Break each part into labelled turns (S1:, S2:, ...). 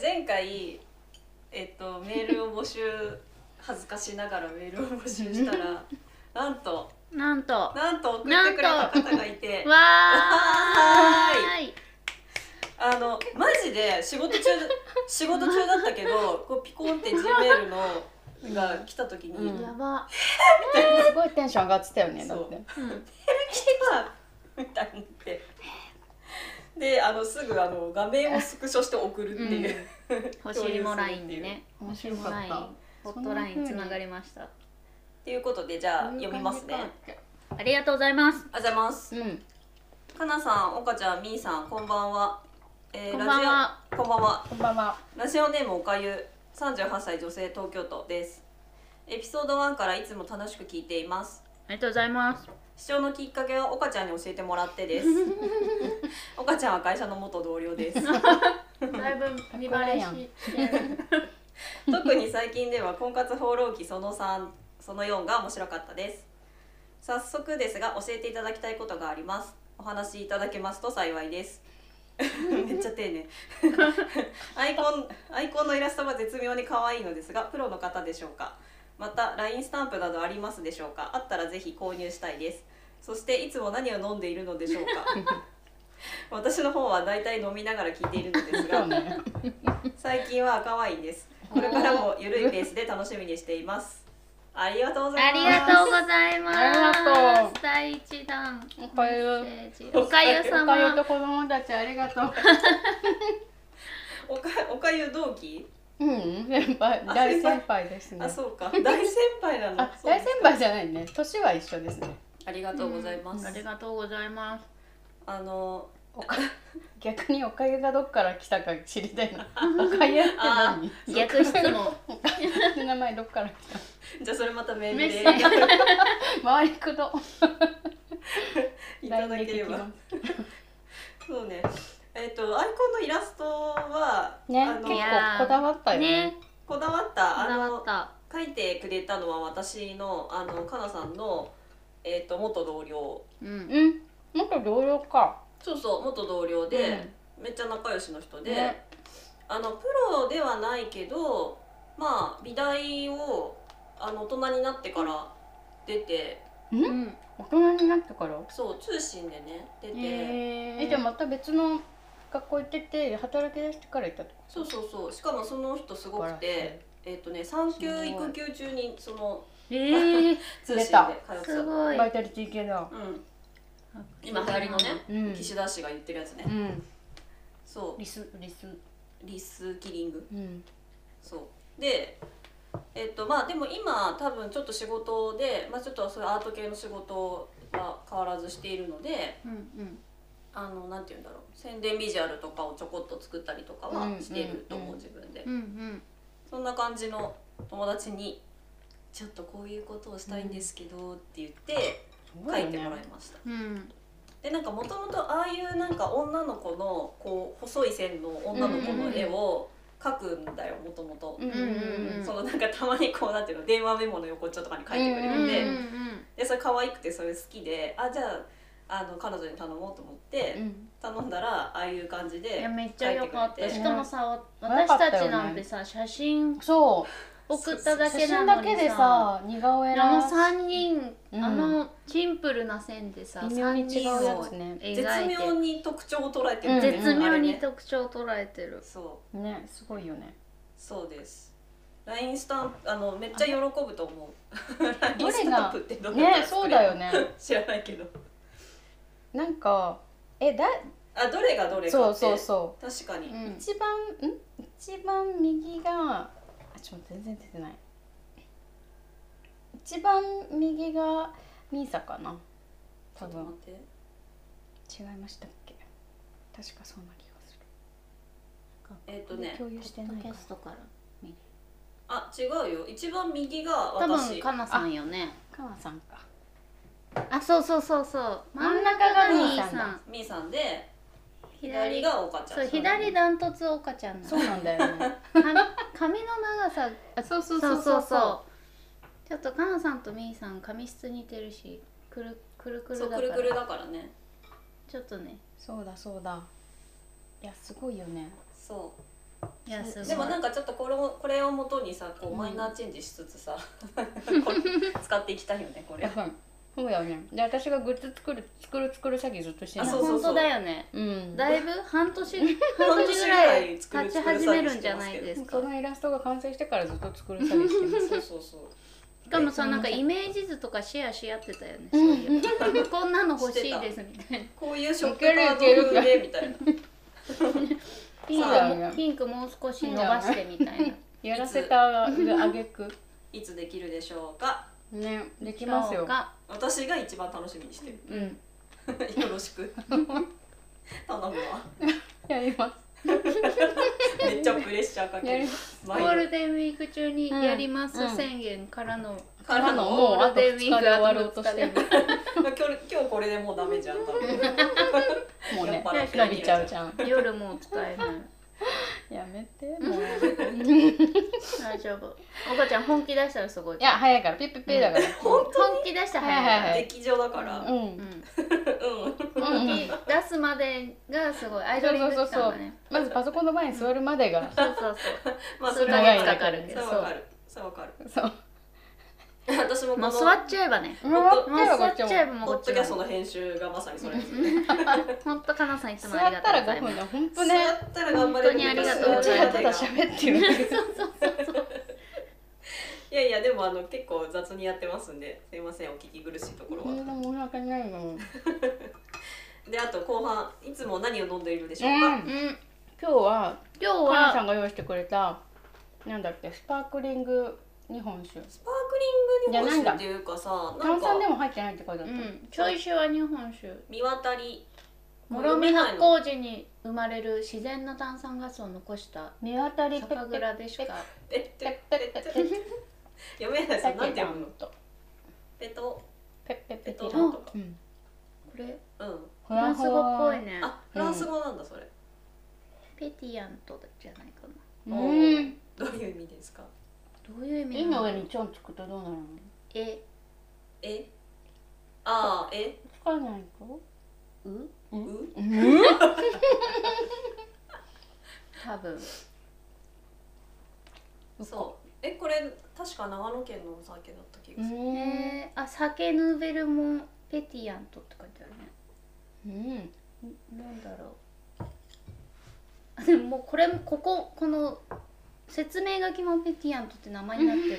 S1: 前回えっとメールを募集恥ずかしながらメールを募集したらなんと
S2: なんとわ
S1: なんと送ってくれた方がいて
S2: ーい
S1: あのマジで仕事中仕事中だったけどこうピコンって G メールのが来た時に、
S3: うん
S2: やば
S3: すごいテンション上がってたよねだ
S1: そう
S3: って
S2: うん
S1: 来たみたいになってであのすぐあの画面をスクショして送るっていう、
S2: 欲しいもラインにね
S3: 面白
S2: 欲しい
S3: か
S2: もラ
S3: っ
S2: イン
S3: た
S2: ホットラインつながりました
S1: っていうことでじゃあ読みますね
S2: ありがとうございます
S1: あざます
S3: うん
S1: かなさん、おかちゃん、みーさん、こんばんは。えー
S2: こんばんは
S1: ラジオこんばんは。
S3: こんばんは
S1: ラジオネームおかゆ、三十八歳女性、東京都です。エピソード1からいつも楽しく聞いています。
S2: ありがとうございます
S1: 視聴のきっかけは岡ちゃんに教えてもらって です。岡ちゃんは会社の元同僚です。
S2: だいぶ見バレし
S1: 特に最近では婚活放浪記その3その4が面白かったです早速ですが教えていただきたいことがありますお話しいただけますと幸いです めっちゃ丁寧アイコンアイコンのイラストは絶妙に可愛いのですがプロの方でしょうかまた LINE スタンプなどありますでしょうかあったらぜひ購入したいですそしていつも何を飲んでいるのでしょうか私の方はだいたい飲みながら聞いているの です
S3: そう
S1: が
S3: ね
S1: 最近は赤ワインですこれからもゆるいペースで楽しみにしていますありがとうござ
S2: あ
S1: います
S2: りがとうございます
S3: ありがとう
S2: 第一弾
S3: おかゆ
S2: メッセージおかゆ
S3: おかゆと
S2: 様
S3: 子供たちありがとう
S1: おかおかゆ同期
S3: うん先輩
S1: あ
S3: 大先輩ですね
S1: あそうか大先輩なの
S3: あ
S1: そう
S3: 大
S1: です
S3: 先輩じゃないね年は一緒ですね
S1: ありがとうございます、
S2: ありがとうございます
S1: あの
S3: 逆におかゆがどっから来たか知りたいなおかゆって何
S2: 逆質問
S3: おかゆって名前どっから来た
S1: じゃあそれまたメールで
S2: メッ
S1: い
S2: セー
S3: 回りくど
S1: ただければそうねえっ、とアイコンのイラストは、
S3: ね
S1: あ
S3: 結
S1: の
S2: いや
S3: 構こだわったよね
S2: ね
S1: こだわった
S2: こだ
S1: あ
S2: わ
S1: の
S2: った
S1: 書いてくれたのは私のあのかなさんのえっ、と元同僚
S2: うん
S3: うん元同僚か
S1: そうそう元同僚で、めっちゃ仲良しの人で、
S3: ね
S1: あのプロではないけどまあ美大をあの大人になってから出て
S2: うん
S3: 大人になってから
S1: そう通信でね出て、
S3: えじゃあまた別の学校行ってて働き出してから行ったと
S1: そうそうそうしかもその人すごくてえっ、とね産休
S3: すごい
S1: 育休中にその
S2: ええ
S1: 通信で通ってた
S2: すごい
S3: バイタリティ系だ
S1: うん、今流行りのね、
S3: うん
S1: 岸田氏が言ってるやつね、
S3: うん
S1: そ
S3: リスリス
S1: うリスキリング
S3: うん
S1: そうでえっとまあでも今多分ちょっと仕事で、まあ、ちょっとそういうアート系の仕事は変わらずしているので
S2: うんうん
S1: あのなんて言うんだろう宣伝ビジュアルとかをちょこっと作ったりとかはしていると思う、
S3: うんうんうん
S1: 自分で
S2: うんうん
S1: そんな感じの友達に「ちょっとこういうことをしたいんですけど」って言って
S3: すご
S1: 書
S3: いよ
S1: い
S3: ね
S1: てもらいました、
S2: うん
S1: でなんかもともとああいうなんか女の子のこう細い線の女の子の絵を描くんだよもともと
S3: うんうんうん
S1: そのなんかたまにこうなんていうの電話メモの横っちょとかに書いてくれ
S2: う
S1: るん
S2: ん
S1: で,、
S2: うん
S1: でそれ可愛くてそれ好きであじゃああの彼女に頼もうと思って、
S3: うん
S1: 頼んだらああいう感じ
S2: いや
S1: で
S2: めっちゃ良かっ
S1: 書いてくれ
S2: た
S1: て
S2: しかもさ
S3: ね
S2: 私たちなんてさ写真
S3: そ
S2: 送った
S3: う
S2: だ
S3: 写
S2: け
S3: 真
S2: なの
S3: だけ
S2: に
S3: で
S2: さ
S3: さ似顔絵
S2: あの
S3: な
S2: 三人
S3: うん
S2: あのシンプルな線でさ
S3: 微妙に
S2: 三
S3: 違う
S2: 人を
S3: やつね
S2: 描いて
S1: 絶妙に特徴を捉えてる
S3: うん
S1: ね
S2: 絶妙
S1: あ
S2: に
S1: れね
S2: 特徴を捉えてる
S1: そう
S3: ねすごいよね
S1: そうですラインスタンプあのめっちゃ喜ぶと思うライ
S3: ど
S1: ン
S3: れ
S1: ス
S3: が
S1: タンプってどんなやつ
S3: ねそうだよね
S1: 知らないけど
S3: なんかえだ
S1: あどれがどれかって
S3: そうそうそ
S1: 確かに、
S2: う
S3: う、
S2: ん
S3: 一番ん一番右があちょっと全然出てない一番右がミーサかな
S1: ちょ
S3: 多
S1: っと待
S3: 分
S1: って
S3: 違いましたっけ確かそうな気がする
S1: えっ、とね
S3: 共有してないか
S2: ポッドキャストから
S1: あ違うよ一番右が
S2: 多分
S1: 私
S2: かなさんよね
S3: かなさんか
S2: あそうそうそうそう
S3: 真ん中が兄さんだ
S2: 兄
S1: みーさんで左
S2: 左
S1: がおかちゃん
S2: そう左ダントツ岡ちゃんな
S3: そうなんだよね
S2: 髪髪の長さあ
S3: そうそう
S2: そ
S3: そう
S2: そ
S3: うそうう
S2: そうちょっとかなさんとみーさん髪質似てるしくるくるくる
S1: そ
S2: だ
S1: う
S2: から
S1: くるくるだからね
S2: ちょっとね
S3: そうだそうだいやすごいよね
S1: そう
S2: いやすごい
S1: でもなん
S2: か
S1: かちょっとこれをこれをもとにさこうマイナーチェンジしつつさ、これ使っていきたいよねこれ
S3: や。ばいそうやねで私がグッズ作る作る作る詐欺ずっとして
S1: あ
S3: る
S1: そうそうそう
S2: 本当だよね
S3: うん
S2: だいぶ半年半
S1: 半年
S2: 年
S1: ぐ
S2: ぐ
S1: ら
S2: ら
S1: い
S2: い
S1: 作る
S2: 立ち始めるんじゃないですか
S3: そのイラストが完成してからずっと作る詐欺してます
S1: そうそうそう。
S2: しかもさ
S3: うん
S2: なんかイメージ図とかシェアし合ってたよねそういえ ばこんなの欲しいですみたいな
S1: こういう食感はどういうでみたいな。
S2: ピン
S3: そう
S2: ク
S3: だよ
S2: も
S3: ね
S2: ピンクもう少し伸ばしてみたいな
S3: やらせたあげく
S1: いつできるでしょうか。
S3: ねできます
S2: ど
S3: よ
S2: うか
S1: 私が一番楽しみにしてる。
S3: うん
S1: よろしく。頼むわ。
S3: やりま
S1: めっちゃプレッシャーか
S3: すや
S1: け
S3: り
S1: る
S3: ま。す
S2: ゴ
S1: 毎
S2: ー
S1: 日
S2: ルデンウィーク中にやります
S3: うん
S2: 宣言からの
S1: からの
S3: もうあと2日で終わろうとしてる
S1: 今日今日これでもうダメじゃん多分。
S3: もう
S1: 酔
S3: ね
S1: っ払って
S3: なりちゃうじゃん
S2: 夜も使えない
S3: やめてもう
S2: 大丈夫岡ちゃん本気出したらすごい
S3: いや早いからピッピッピだから
S2: 本気出したら早いから
S3: はい
S1: 出来上だから。
S3: う
S1: うん
S2: うん
S1: ん。
S3: うん
S2: 本気出すまでがすごいアイドリング期間がね
S3: まずパソコンの前に座るまでが
S2: そうそうそう
S1: まあそ
S2: 数
S1: れ
S2: ヶ
S1: は
S2: 月かかるけ
S1: そ
S2: ど
S1: れはわかる。それはわかる。
S3: そう
S1: 私もこ
S2: も
S1: の
S2: う座っちゃえばね
S3: う
S1: もっと
S2: もう座っちゃえばもう
S1: ポ
S2: こ
S1: ッ
S2: っち
S1: ドキャスト
S2: の
S1: の編集がまさにそれですね。
S2: ほんとかなさんいつも
S3: 座
S2: あ
S3: っ
S2: りがと
S3: た
S2: う
S3: ら
S2: ござ
S3: 5
S2: います
S3: 分で本
S1: 座
S3: 当
S1: っ
S3: ね
S1: たら頑張れる
S2: 本当にありがとう
S3: う
S2: ご
S3: ち
S2: ざ
S3: ら
S2: います
S3: ただ喋ってるだ け
S1: いやいやでもあの結構雑にやってますんですいませんお聞き苦しいところ
S3: こん
S1: は
S3: な申し訳ないの今
S1: であと後半いつも何を飲んでいるでしょうか、
S3: うん
S2: うん
S3: 日は
S2: 今日
S3: かなさ
S2: は
S3: んが用意してくれたなんだっけスパークリング日本酒
S1: スパークリング日本酒っていうかさな
S3: 炭
S1: ん
S3: 酸で
S1: か
S3: も入ってないって書いてあ
S2: う
S3: っ
S2: んちょい酒は日本酒
S1: 見渡り
S2: もろみ発酵時に生まれる自然な炭酸ガスを残した
S3: た見当たり
S2: 酒
S3: ペッペッ
S2: 蔵でしか
S1: ペッテッペッテ ッ読めないさ
S3: ペ
S1: なんて
S3: ッペ
S1: 読むの
S3: ッと
S1: ペト
S3: ペッペッペ
S1: ペト
S3: ッペ
S1: ラ
S3: ッ
S1: とか
S3: うん
S2: これ
S1: うん
S3: フ
S2: フランス語っぽいね
S1: あフランス語なんだそれ、
S2: ペティアントじゃないかな
S3: うん
S1: どういう意味ですか
S2: どういう意
S3: 絵
S2: 味な
S3: の
S2: の
S3: 上にちょんつくとどうなるの
S2: え
S1: えあーえ
S3: つかないと
S2: う
S1: う
S3: うん
S2: 多分
S1: そうえこれ確か長野県のお酒だった気がする、
S3: う
S2: えー、あ酒ヌーベルモンペティアントって書いてあるね
S3: ん
S2: なんだろうあでももうこれもこここの説明書きもペティアントって名前にな ってる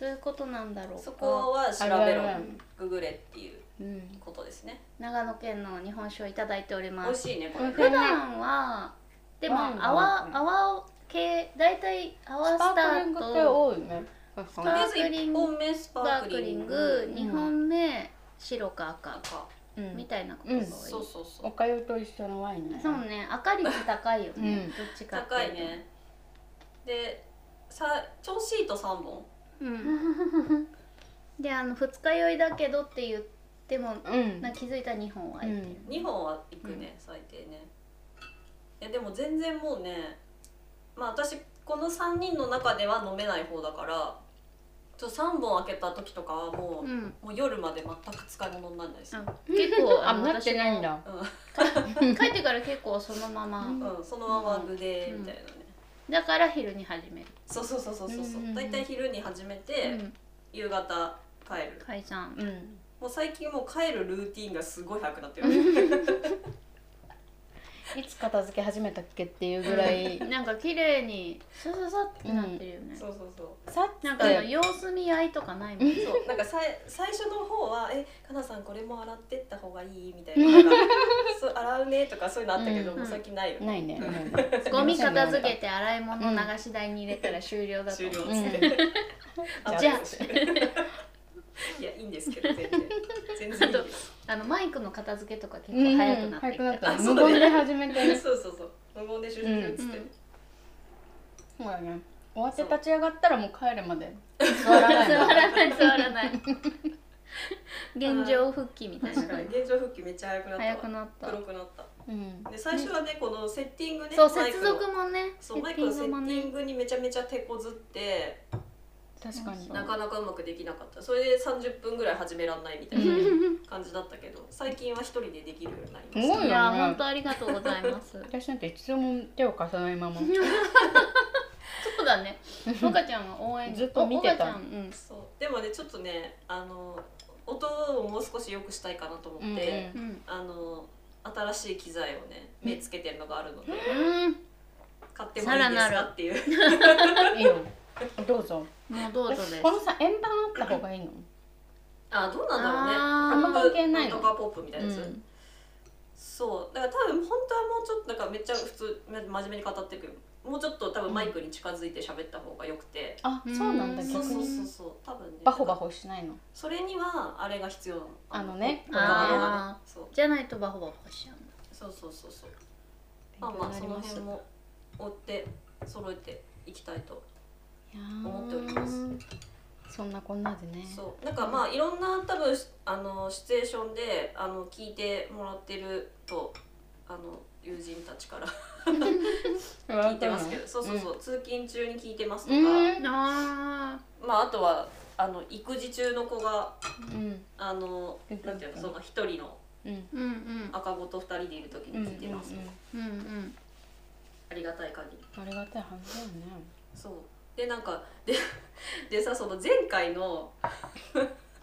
S2: どういうことなんだろうか
S1: そこは調
S3: あ
S1: べ
S3: る
S1: ろ
S3: ある
S1: ググれっていう
S3: うん
S1: ことですね
S2: 長野県の日本酒をいただいており
S1: 美
S2: ま
S1: 味
S2: す
S1: しいねこ
S3: 美
S1: れ
S3: 味しい
S2: 普段はでも
S3: ワインが多
S2: 泡
S3: いね
S2: 泡系だいたい泡
S3: スパ
S2: スタ
S3: ークリン
S2: ー
S3: グ系
S2: と
S3: 多いね確
S1: とり
S3: か
S1: あえず1本目スパ
S2: バ
S1: ー
S2: ー
S1: ク
S2: ク
S1: リ
S2: リ
S1: ン
S2: ン
S1: グ
S2: グ
S3: うん
S2: 2本目白か
S1: なん
S2: 赤
S1: か
S3: にうん
S2: みたいなことが多い、
S3: うん
S1: そうそうそ
S3: お
S1: う
S3: かゆと一緒のワインね
S2: そうね赤率高いよね、
S3: うん
S2: どっちかって
S1: 高
S2: う
S1: い
S2: と
S1: ねでさ調子いいと3本
S2: うん、であの二日酔いだけどって言っても
S3: うん
S2: な気づいたら2本は空いてる、
S1: 2本は行くね、最低ねいやでも全然もうねまあ私この3人の中では飲めない方だからちょ3本開けた時とかはもう,、
S2: うん
S1: もう夜まで全く使い物にならないですよ、
S2: あ結構
S3: あ
S2: の
S3: なってないんだ
S2: 私も帰ってから結構そのまま、
S1: うんうん、そのまま具でみたいなね、
S2: だから昼に始める、
S1: そうそうそうそうそうそう
S3: うんうんうん
S1: 大体昼に始め
S2: う
S1: て、
S2: ん、
S1: 夕方帰る
S2: 解散
S3: うん
S1: もう最近もう帰るルーティンがすごい早くなってる
S3: いつ片付け始めたっけっていうぐらい
S2: なんか綺麗にさささってなってるよね、
S1: そうそうそう
S3: さっ
S2: なんかあの様子見合いとかないもん
S1: そうなんかさい最初の方は「えかなさんこれも洗ってった方がいい?」みたいななんかそう洗うね」とかそういうのあったけど、
S2: うん
S1: もう最近ないよ、
S3: ないね
S2: ゴミ片付けて洗い物を流し台に入れたら終了だと
S1: 終
S2: 思う
S1: 了
S3: う
S1: で
S3: ん
S1: すね、
S2: うん
S1: あ
S2: じゃあ
S1: そうですねいやいいんですけど全然全然いいです
S2: あのマイクの片付けとか結
S3: うん
S2: 構早くなって
S3: 早
S2: き
S3: くな
S2: て
S3: った
S1: あ
S3: 無
S1: そうだね
S3: 言で始めてね
S1: そうそうそう無言でシュシュシュっつって、
S2: うん
S3: そうだね終わって立ち上がったらもう帰るまで座らない
S2: 座
S3: の
S2: らない座らない現状復帰みたいな
S1: 確かに
S2: 感じ
S1: 現状復帰めっちゃ早くなったわ
S2: 早くなった
S1: 黒くなった
S3: うん
S1: で最初はねこのセッティングね
S2: そう
S1: マイ
S2: 接
S1: クの
S2: 続もねセ
S1: そうマ
S2: ッ
S1: イ
S2: テ
S1: クの
S2: ィン
S1: セ
S2: グ
S1: ッテ
S2: もね
S1: ィングにめちゃめちゃ手こずって
S3: 確かに
S1: なかなかうまくできなかったそれで30分ぐらい始めらんないみたいな感じだったけど最近は一人でできるようになりまし
S3: す
S1: た
S3: ごいよね
S2: いや本当ありがとうございます
S3: 私なんて一度も手を貸さないまま
S2: そうだね岡ちゃんは応援
S3: ずっと見てた
S2: お岡ちゃんうん
S1: そうでもねちょっとねあの音をもう少し良くしたいかなと思って、
S3: うん
S2: うん
S1: あの新しい機材をね目つけてるのがあるので、買ってもいい
S2: さら
S1: で
S2: な
S1: す
S2: る
S1: かっていう
S3: いいよどうぞ
S2: もうどうぞです
S3: このさ円盤あった方がいいの
S1: あどうな
S2: あー
S1: んだろうね
S3: あんま関係ない
S1: ん
S3: の
S1: とかポップみたいなやつ、
S3: うん
S1: そうだから多分本当はもうちょっとなんかめっちゃ普通め真面目に語っていくよもうちょっと多分マイクに近づいて喋った方が良くて、
S3: あそうなんだ
S2: うん
S1: そう
S3: 逆
S1: そうそう
S3: に
S1: そう多分ね
S3: バホバホしないの
S1: それにはあれが必要なの
S3: あのね
S1: 音楽用がね
S2: あ
S1: そう
S2: じゃないとバホバホしちゃうんだ
S1: そうそうそうそうまあまあその辺も追って揃えていきたいと思っております
S3: そんなこんなでね
S1: そうなんかまあいろんな多分あのシチュエーションであの聞いてもらってるとあの友人たちから 聞
S3: 聞
S1: いてますけどそうそうそう、通勤中に聞いてますと
S3: う
S1: か、
S3: ん
S2: あ
S1: まああとはあの育児中の子が
S3: うん
S1: あの
S3: うん
S1: なんていうのその一人の
S3: うん
S2: ーうんうん
S1: 赤子と二人でいる時
S3: うんう
S1: に
S3: ん
S1: 聞いてます、
S2: うんうん
S1: ありがたい限り
S3: ありがたい話だよね
S1: そうでなんかで でさその前回の、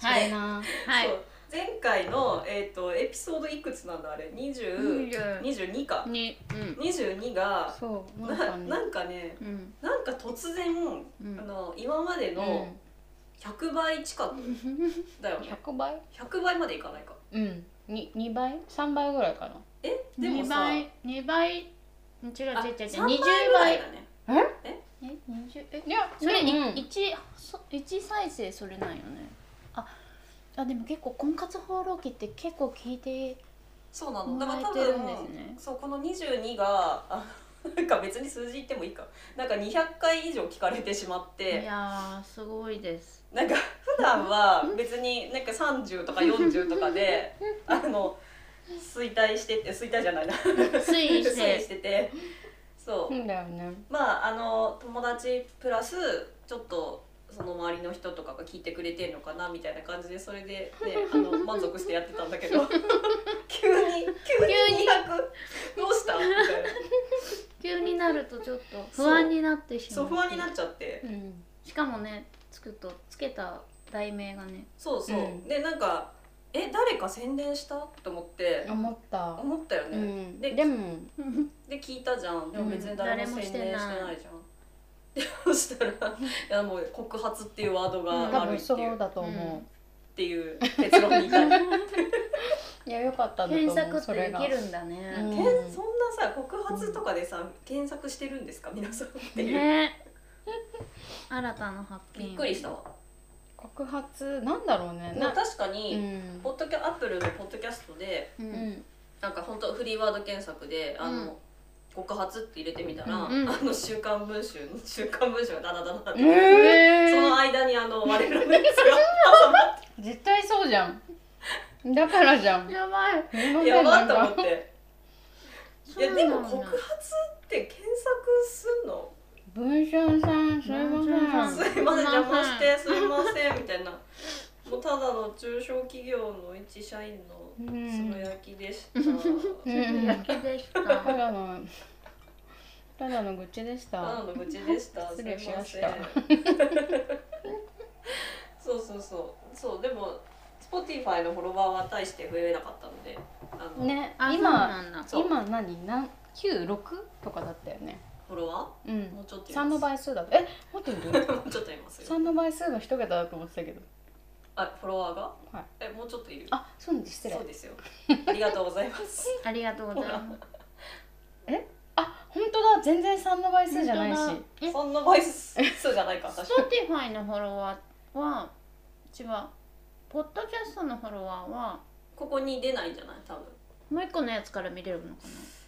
S2: はい
S3: な
S2: はい
S1: そう前回の、えー、とエピソードいくつなんだあれ20 22か
S2: にうん
S1: 22が
S3: そう
S1: な
S3: な
S1: ん
S3: か
S1: な
S3: ね
S1: んかね
S2: うん
S1: なんか突然、
S2: うん
S1: あの今までの100倍近くだよ
S3: うん
S1: ね、
S3: 100倍
S1: 100倍までいかないか
S3: うんに二倍三倍ぐらいかな
S1: えでも
S2: 2
S1: さ
S2: 倍2倍違う違う違う
S1: あ
S2: 違
S1: 3
S2: う
S1: 倍
S2: 20
S1: ぐらい
S2: 倍
S1: だね
S2: え20え
S3: いや
S2: それ
S3: でも
S2: い一そ一再生それないよねああでも結構婚活放浪記って結構聞いて
S1: そうなの
S2: も
S1: だからら多
S2: えてるん
S1: 分
S2: ですね
S1: そうこの22があなんか別に数字言ってもいいかなんか200回以上聞かれてしまって
S2: いやーすごいです
S1: なんか普段は別になんか30とか40とかであの衰退してて衰退じゃないな
S2: 推移 し
S1: 衰
S2: て
S1: 退しててそう
S3: うんだよね
S1: まああの友達プラスちょっとその周りの人とかが聞いてくれてんのかなみたいな感じでそれで、ね、あの満足してやってたんだけど急に急に200どうしたみたいな
S2: 急になるとちょっと
S1: そう
S2: 不安になってしま
S1: そうう不安になっちゃって
S3: うん
S2: しかもねつくとつけた題名が ね
S1: そうそう、
S3: うん
S1: でなんかえ誰か宣伝したと思って
S3: 思った
S1: 思ったよね、
S3: うん
S1: で
S3: でも
S1: で聞いたじゃんでも別に誰も
S2: うん
S1: 宣伝してないじゃん
S2: 誰もしてない、
S1: でそしたら いやもう告発っていうワードが
S3: 多
S1: 悪いって
S3: 分
S1: い,、
S3: そううだと思
S1: っていう結論に至る
S3: ういやよかったんだと
S2: 検
S3: 思う
S2: 索っ
S3: そ
S2: て
S3: れ
S2: で
S3: が
S2: きるんだね
S3: う
S1: けんそんなさ告発とかでさ検索してるんですか皆さんっていう、
S2: ね新たな発見
S1: びっくりしたわ
S3: 告発なんだろうね
S1: でも
S3: な
S1: 確か
S3: う
S1: に、
S3: ん
S1: ポッドキャアップルのポッドキャストで
S2: う
S3: うんん
S1: なんか本当フリーワード検索であの、
S2: うん
S1: 告発って入れてみたら、
S2: うんうん
S1: あの週刊文春 週刊文春がダダダダダって、そ
S3: え
S1: の間にあの我々のやつが
S3: 絶対そうじゃんだからじゃん
S2: やばい
S1: やばっと思
S3: なん
S1: っ
S3: か
S1: て。い
S2: そう
S1: や
S2: なん
S1: でも
S2: だ
S1: 告発って検索すんの
S3: 文春さんすいま
S2: 文
S1: す
S2: 春さ
S3: せん
S1: いません邪魔してすいませんみたいなもうただの中小企業の一社員の
S3: うん
S1: つぶやきでした、
S3: うん
S2: 焼けでした
S3: ただのただの愚痴でした
S1: だ
S3: た
S1: の愚痴でしたす
S3: 失
S1: いま
S3: 礼しま
S1: せ
S3: し
S1: ん
S3: た
S1: そうそうそうそうでも Spotify のフォロワーは大して増えなかったのであの、
S3: ね
S2: あそう
S3: 今
S2: なんだ
S1: そう
S3: 今何何九六とかだったよね
S1: フォロワ
S3: う
S1: ーも
S3: ん
S1: うちょっといます
S3: 三の倍数だったえもっといる
S1: もうちょっといますよ
S3: 三の倍数の一桁だと思ってたけど
S1: あフォロワーが、
S3: はい
S1: えもうちょっといる
S3: あそうなんです失礼
S1: そうですよありがとうございます
S2: ありがとうございます
S3: あ本当だ全然三の倍数じゃないし
S2: 本当だえ
S1: そんな倍数じゃないか確か
S2: Spotify のフォロワーは違うポッドキャストのフォロワーは
S1: ここに出ないんじゃない多分
S2: もう一個のやつから見れるのか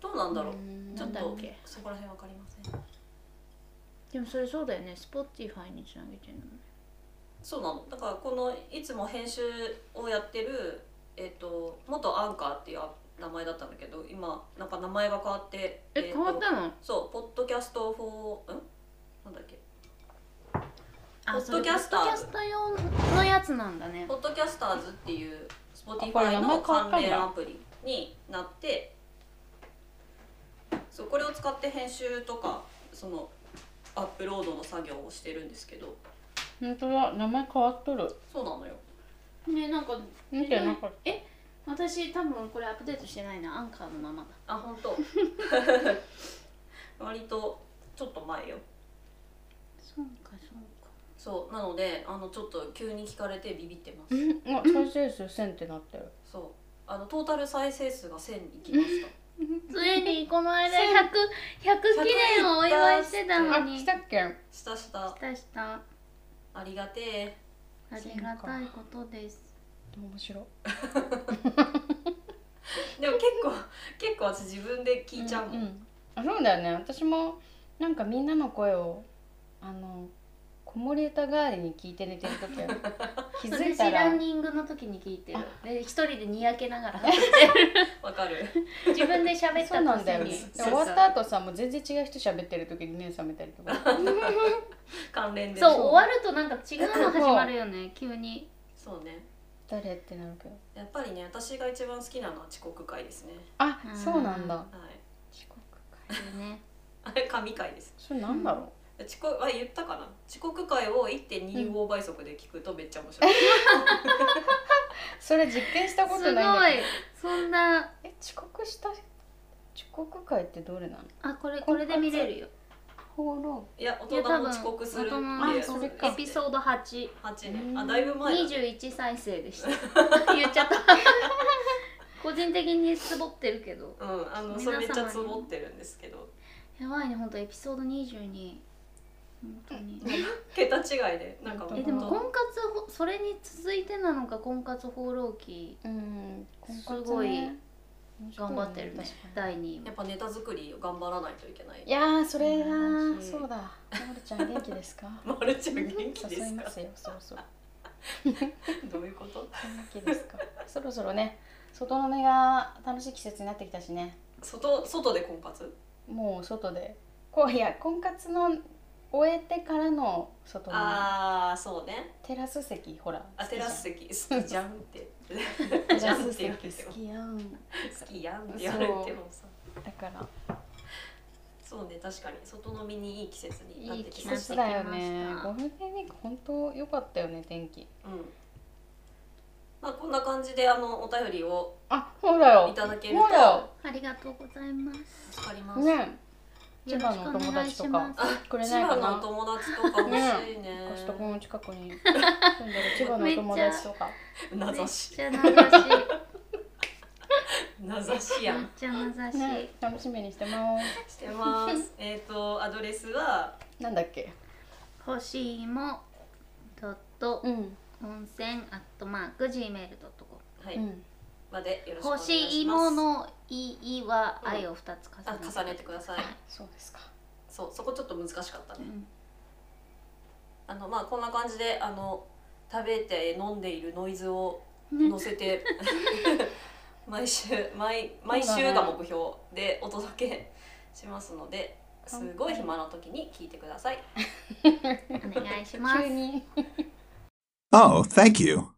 S1: どうなんだろう
S3: うん
S1: ちょっ
S2: なんだ
S1: と
S2: っけ
S1: そこら辺わかりません
S2: なでもそれそうだよね Spotify につなげてるのね
S1: そうなのだからこのいつも編集をやってる、えっと元アンカーっていう名前だったんだけど今なんか名前が変わって
S2: え
S1: っと
S2: 変わったの
S1: そうポッドキャストフォーんなんだっけ
S2: あ
S1: ポッドキャスターズ
S2: ポッドキャスター用のやつなんだね
S1: ポッドキャスターズっていう Spotify
S3: あ
S1: の関
S3: これ名前変わったんだ
S1: 連アプリになってそうこれを使って編集とかそのアップロードの作業をしてるんですけど
S3: 本当だ名前変わっとる
S1: そうなのよ
S2: ねなんか
S3: 見てなかっ
S2: え私多分これアップデートしてないなアンカーのまま
S1: あ
S2: だ
S1: 本当 割とちょっと前よ
S2: そうかそう
S1: そうなのであのちょっと急に聞かれてビビってます
S3: たうんあ再生数1000ってなってる
S1: そうあのトータル再生数が1000に行きました
S2: かついにこの間 100, 100記念をお祝いしてたの
S3: あ
S2: に
S3: 来たっけ
S1: したした
S2: したしたあ
S1: ありがてえ
S2: りがたいことです
S3: 面白い
S1: でも結構結構私自分で聞いちゃうもん、
S3: んあそうだよね私もなんかみんなの声をあの子守歌代わりに聞いて寝てる時ある気づい
S2: 私
S3: た
S2: ラ
S3: ら
S2: ンニングの時に聞いてるで一人でにやけながら
S1: わかる
S2: 自分で喋った
S3: そうなんだよ
S2: 時
S3: ね
S2: に
S1: そう
S3: で
S1: そう
S3: 終わった後さもう全然違う人喋ってる時に目覚めたり とか
S1: 関連で
S2: そう
S1: そう
S2: 終わるとなんか違うの始まるよね急に
S1: そうね
S3: 誰ってなるけど
S1: やっぱりね私が一番好きなのは遅刻会ですね
S3: あ
S2: うん
S3: そうなんだ
S1: はい
S3: 遅刻か
S2: ね
S1: あれ 神会です
S3: それなんだろ
S1: 遅刻あ言ったかな遅刻会を1.25倍速で聞くとめっちゃ面白い、
S3: うそれ実験した
S2: す
S3: こ
S2: ご
S3: とない
S2: い
S3: んだけど
S2: そんな
S3: え遅刻した遅刻会ってどれなの
S2: あこれこれで見れるよ
S3: 放浪
S1: いや大人も遅刻するって
S2: 元
S1: いう
S2: の
S1: や
S2: エ
S1: つ
S3: あそれか
S2: ピソード8
S1: 8年あだいぶ前だね
S2: 21再生でした言っちゃった個人的にツボってるけど
S1: うんあの
S2: 皆様に
S1: それめっちゃツボってるんですけど
S2: やばいね本当エピソード22本当に
S1: 桁違いで なんか
S3: え
S2: え
S1: 本
S2: でも
S1: 当
S2: 婚活ほそれに続いてなのか婚活放浪記
S3: うん婚活ね
S2: すごい
S3: 面白い
S2: 頑張ってるね
S3: 確かに
S2: 第2位
S1: や
S2: も
S1: っぱネタ作りを頑張らないといけない
S3: いやーそれだー
S1: そ
S3: そ
S1: ん
S3: うだまるちゃん元気ですか
S1: まるちゃん元気で
S3: 誘い
S1: すか
S3: ますよそうそう
S1: どういうこと
S3: 元気ですかそろそろね外飲みが楽しい季節になってきたしね
S1: 外外で婚活
S3: もう外でこういや婚活の終えてからの外飲み
S1: ああそうね
S3: テラス席ほら
S1: あテラス
S3: 席
S1: 席好きじゃんって
S3: テ
S1: じゃ
S3: ラ
S1: んって
S3: ス
S1: 言
S3: 席
S1: われて
S3: 好
S1: も
S3: きやん
S1: 好きやんって言われてもさ
S3: だから
S1: そうね確かに外飲みにいい季節になっ
S2: い
S1: て
S2: い
S1: き
S2: 季
S1: ま
S2: 節
S1: し
S3: そ
S1: た
S3: うだよね
S2: なってきました
S3: ゴールデンウィーク本当良かったよね天気
S1: うんまあこんな感じであのお便りを
S3: あそうだよ
S1: いただけると
S3: そうだよ
S2: ありがとうございます
S1: 助かります、
S3: ね
S2: よ
S3: 千
S2: ろ
S3: 葉
S2: しくお
S3: のお友
S2: 願い
S3: 達
S2: し
S3: と
S2: ま
S3: か
S2: す
S3: くれ
S1: 千
S3: ない
S1: 葉
S3: か
S1: のお
S3: な
S1: 友達とか欲しい ね
S3: コストコの近くに住んでる千葉のお友達とか
S1: 名
S2: めっ
S1: 指し
S2: ちゃ名指し
S1: 名指しや
S2: めっ
S1: ん
S2: ちゃ名指し、
S3: ね楽しみにしてます
S1: してますえっとアドレスは
S3: なんだっけ
S2: 欲しいもドット
S3: うん
S2: 温泉アットマーク gmail.com
S1: は
S3: う
S1: い
S3: ん
S1: までよろしくお願いしま
S2: 欲
S1: す
S2: しいもの「い」いは「
S1: うん
S2: 愛」を2つ重
S1: あ
S2: ねて
S1: 重ねてください
S3: そうですか
S1: そうそこちょっと難しかった
S2: う
S1: ね
S2: ん
S1: あのまあこんな感じであの食べて飲んでいるノイズを
S2: ね
S1: 乗せて毎週毎毎週が目標でお届けしますのですごい暇な時に聞いてください。
S2: お願いします
S3: 急に
S4: Oh, thank you.